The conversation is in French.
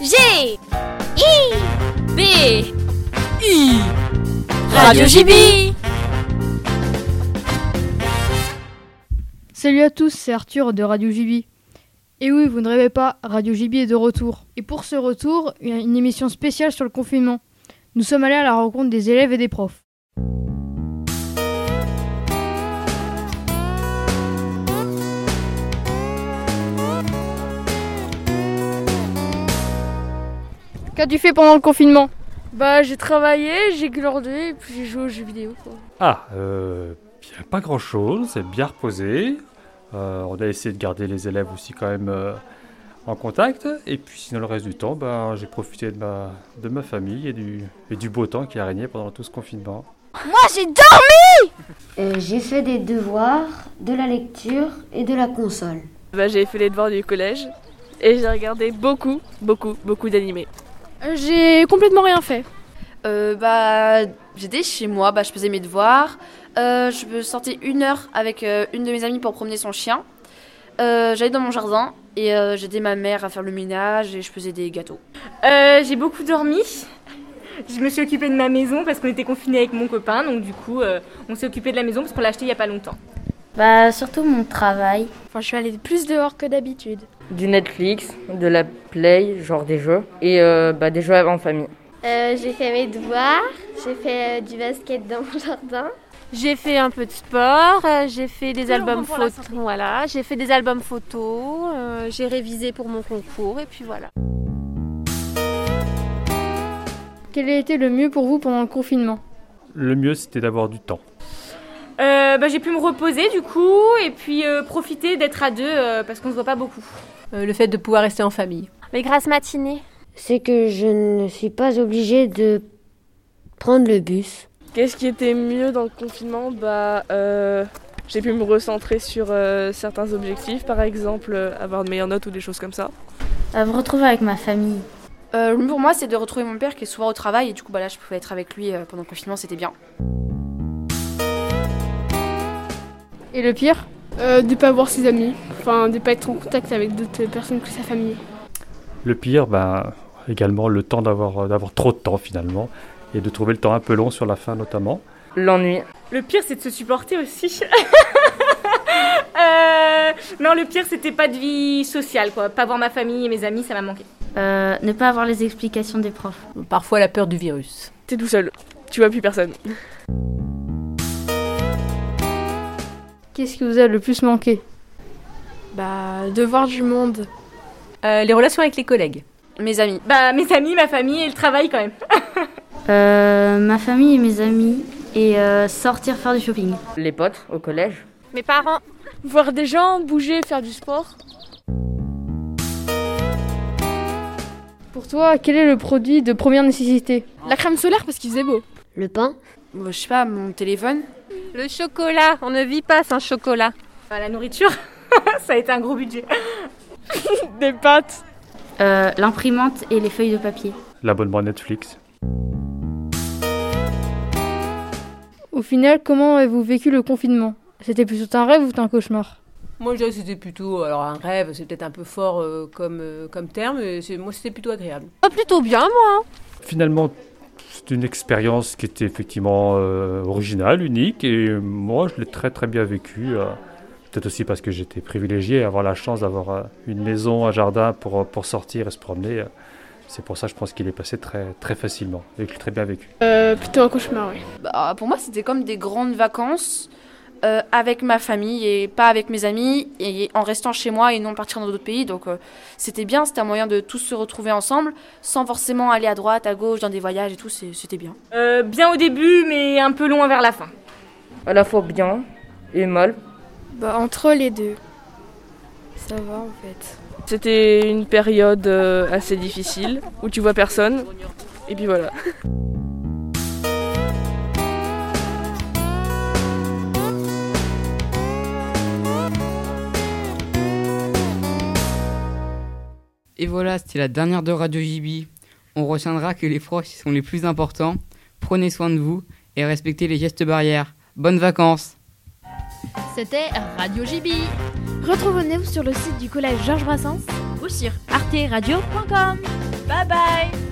G I B I. Radio JB Salut à tous, c'est Arthur de Radio JB. Et oui, vous ne rêvez pas, Radio JB est de retour. Et pour ce retour, une une émission spéciale sur le confinement. Nous sommes allés à la rencontre des élèves et des profs. Qu'as-tu fait pendant le confinement Bah j'ai travaillé, j'ai glordé et puis j'ai joué aux jeux vidéo quoi. Ah, euh, bien, pas grand chose, c'est bien reposé. Euh, on a essayé de garder les élèves aussi quand même euh, en contact. Et puis sinon le reste du temps, ben, j'ai profité de ma, de ma famille et du, et du beau temps qui a régné pendant tout ce confinement. Moi j'adore Euh, j'ai fait des devoirs, de la lecture et de la console. Bah, j'ai fait les devoirs du collège et j'ai regardé beaucoup, beaucoup, beaucoup d'animés. Euh, j'ai complètement rien fait. Euh, bah, j'étais chez moi, bah, je faisais mes devoirs. Euh, je me sortais une heure avec euh, une de mes amies pour promener son chien. Euh, J'allais dans mon jardin et euh, j'aidais ma mère à faire le ménage et je faisais des gâteaux. Euh, j'ai beaucoup dormi. Je me suis occupée de ma maison parce qu'on était confinés avec mon copain, donc du coup, euh, on s'est occupé de la maison parce qu'on l'a achetée il y a pas longtemps. Bah surtout mon travail. Enfin je suis allée plus dehors que d'habitude. du Netflix, de la Play, genre des jeux, et euh, bah, des jeux en famille. J'ai fait mes devoirs, j'ai fait du basket dans mon jardin. J'ai fait un peu de sport, euh, j'ai fait des Plus on albums va pour la photos, voilà, j'ai fait des albums photos, euh, j'ai révisé pour mon concours et puis voilà. Quel a été le mieux pour vous pendant le confinement Le mieux, c'était d'avoir du temps. Euh, bah, j'ai pu me reposer du coup et puis euh, profiter d'être à deux euh, parce qu'on se voit pas beaucoup. Euh, le fait de pouvoir rester en famille. Les grasses matinées. C'est que je ne suis pas obligée de prendre le bus. Qu'est-ce qui était mieux dans le confinement Bah, euh, j'ai pu me recentrer sur euh, certains objectifs, par exemple euh, avoir de meilleures notes ou des choses comme ça. À me retrouver avec ma famille. Euh, le mieux pour moi, c'est de retrouver mon père qui est souvent au travail et du coup, bah, là, je pouvais être avec lui euh, pendant le confinement, c'était bien. Et le pire Euh, de pas voir ses amis, enfin de pas être en contact avec d'autres personnes que sa famille. Le pire, ben, également le temps d'avoir d'avoir trop de temps finalement et de trouver le temps un peu long sur la fin notamment. L'ennui. Le pire, c'est de se supporter aussi. Euh, non, le pire, c'était pas de vie sociale quoi. Pas voir ma famille et mes amis, ça m'a manqué. Euh, ne pas avoir les explications des profs. Parfois la peur du virus. T'es tout seul, tu vois plus personne. Qu'est-ce qui vous a le plus manqué Bah de voir du monde. Euh, les relations avec les collègues. Mes amis. Bah, mes amis, ma famille et le travail quand même. Euh, ma famille et mes amis. Et euh, sortir faire du shopping. Les potes au collège. Mes parents. Voir des gens, bouger, faire du sport. Pour toi, quel est le produit de première nécessité La crème solaire parce qu'il faisait beau. Le pain. Moi, Bah, je sais pas, mon téléphone. Le chocolat, on ne vit pas sans chocolat. Bah, la nourriture, ça a été un gros budget. Des pâtes. Euh, L'imprimante et les feuilles de papier. L'abonnement Netflix. Au final, comment avez-vous vécu le confinement C'était plutôt un rêve ou un cauchemar Moi, je dirais que c'était plutôt. Alors, un rêve, c'est peut-être un peu fort euh, comme, euh, comme terme, mais c'est- moi, c'était plutôt agréable. Oh, plutôt bien moi. Finalement, c'est une expérience qui était effectivement euh, originale, unique, et moi je l'ai très très bien vécue. euh, Peut-être aussi parce que j'étais privilégié, avoir la chance d'avoir euh, une maison, un jardin pour, euh, pour sortir et se promener. euh, C'est pour ça, je pense qu'il est passé très, très facilement et que je l'ai très bien vécu. Euh, plutôt un cauchemar, oui. Bah, pour moi, c'était comme des grandes vacances euh, avec ma famille et pas avec mes amis et en restant chez moi et non partir dans d'autres pays. Donc, euh, c'était bien. C'était un moyen de tous se retrouver ensemble sans forcément aller à droite, à gauche, dans des voyages et tout. c'est- C'était bien. Euh, bien au début, mais un peu long vers la fin. À la fois bien et mal. Bah entre les deux. Ça va en fait. C'était une période euh, assez difficile où tu vois personne, et puis voilà. Et voilà, c'était la dernière de Radio JB. On retiendra que les proches sont les plus importants. Prenez soin de vous et respectez les gestes barrières. Bonnes vacances C'était Radio JB. Retrouvez-nous sur le site du collège Georges Brassens Ou sur arteradio.com. Bye bye